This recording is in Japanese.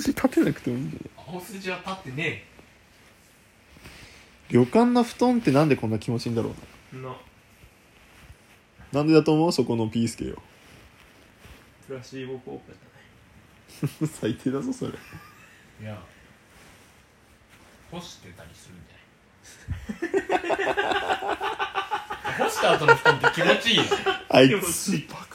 筋 立てなくてもいいんだよ青筋は立ってね旅館の布団ってなんでこんな気持ちいいんだろうえなななんでだと思うそこのピースケよ プラシーボ効果じ最低だぞそれゃないいや干してたりするんじ ゃない干した後の布団って気持ちいいよあい気持つちいいバカ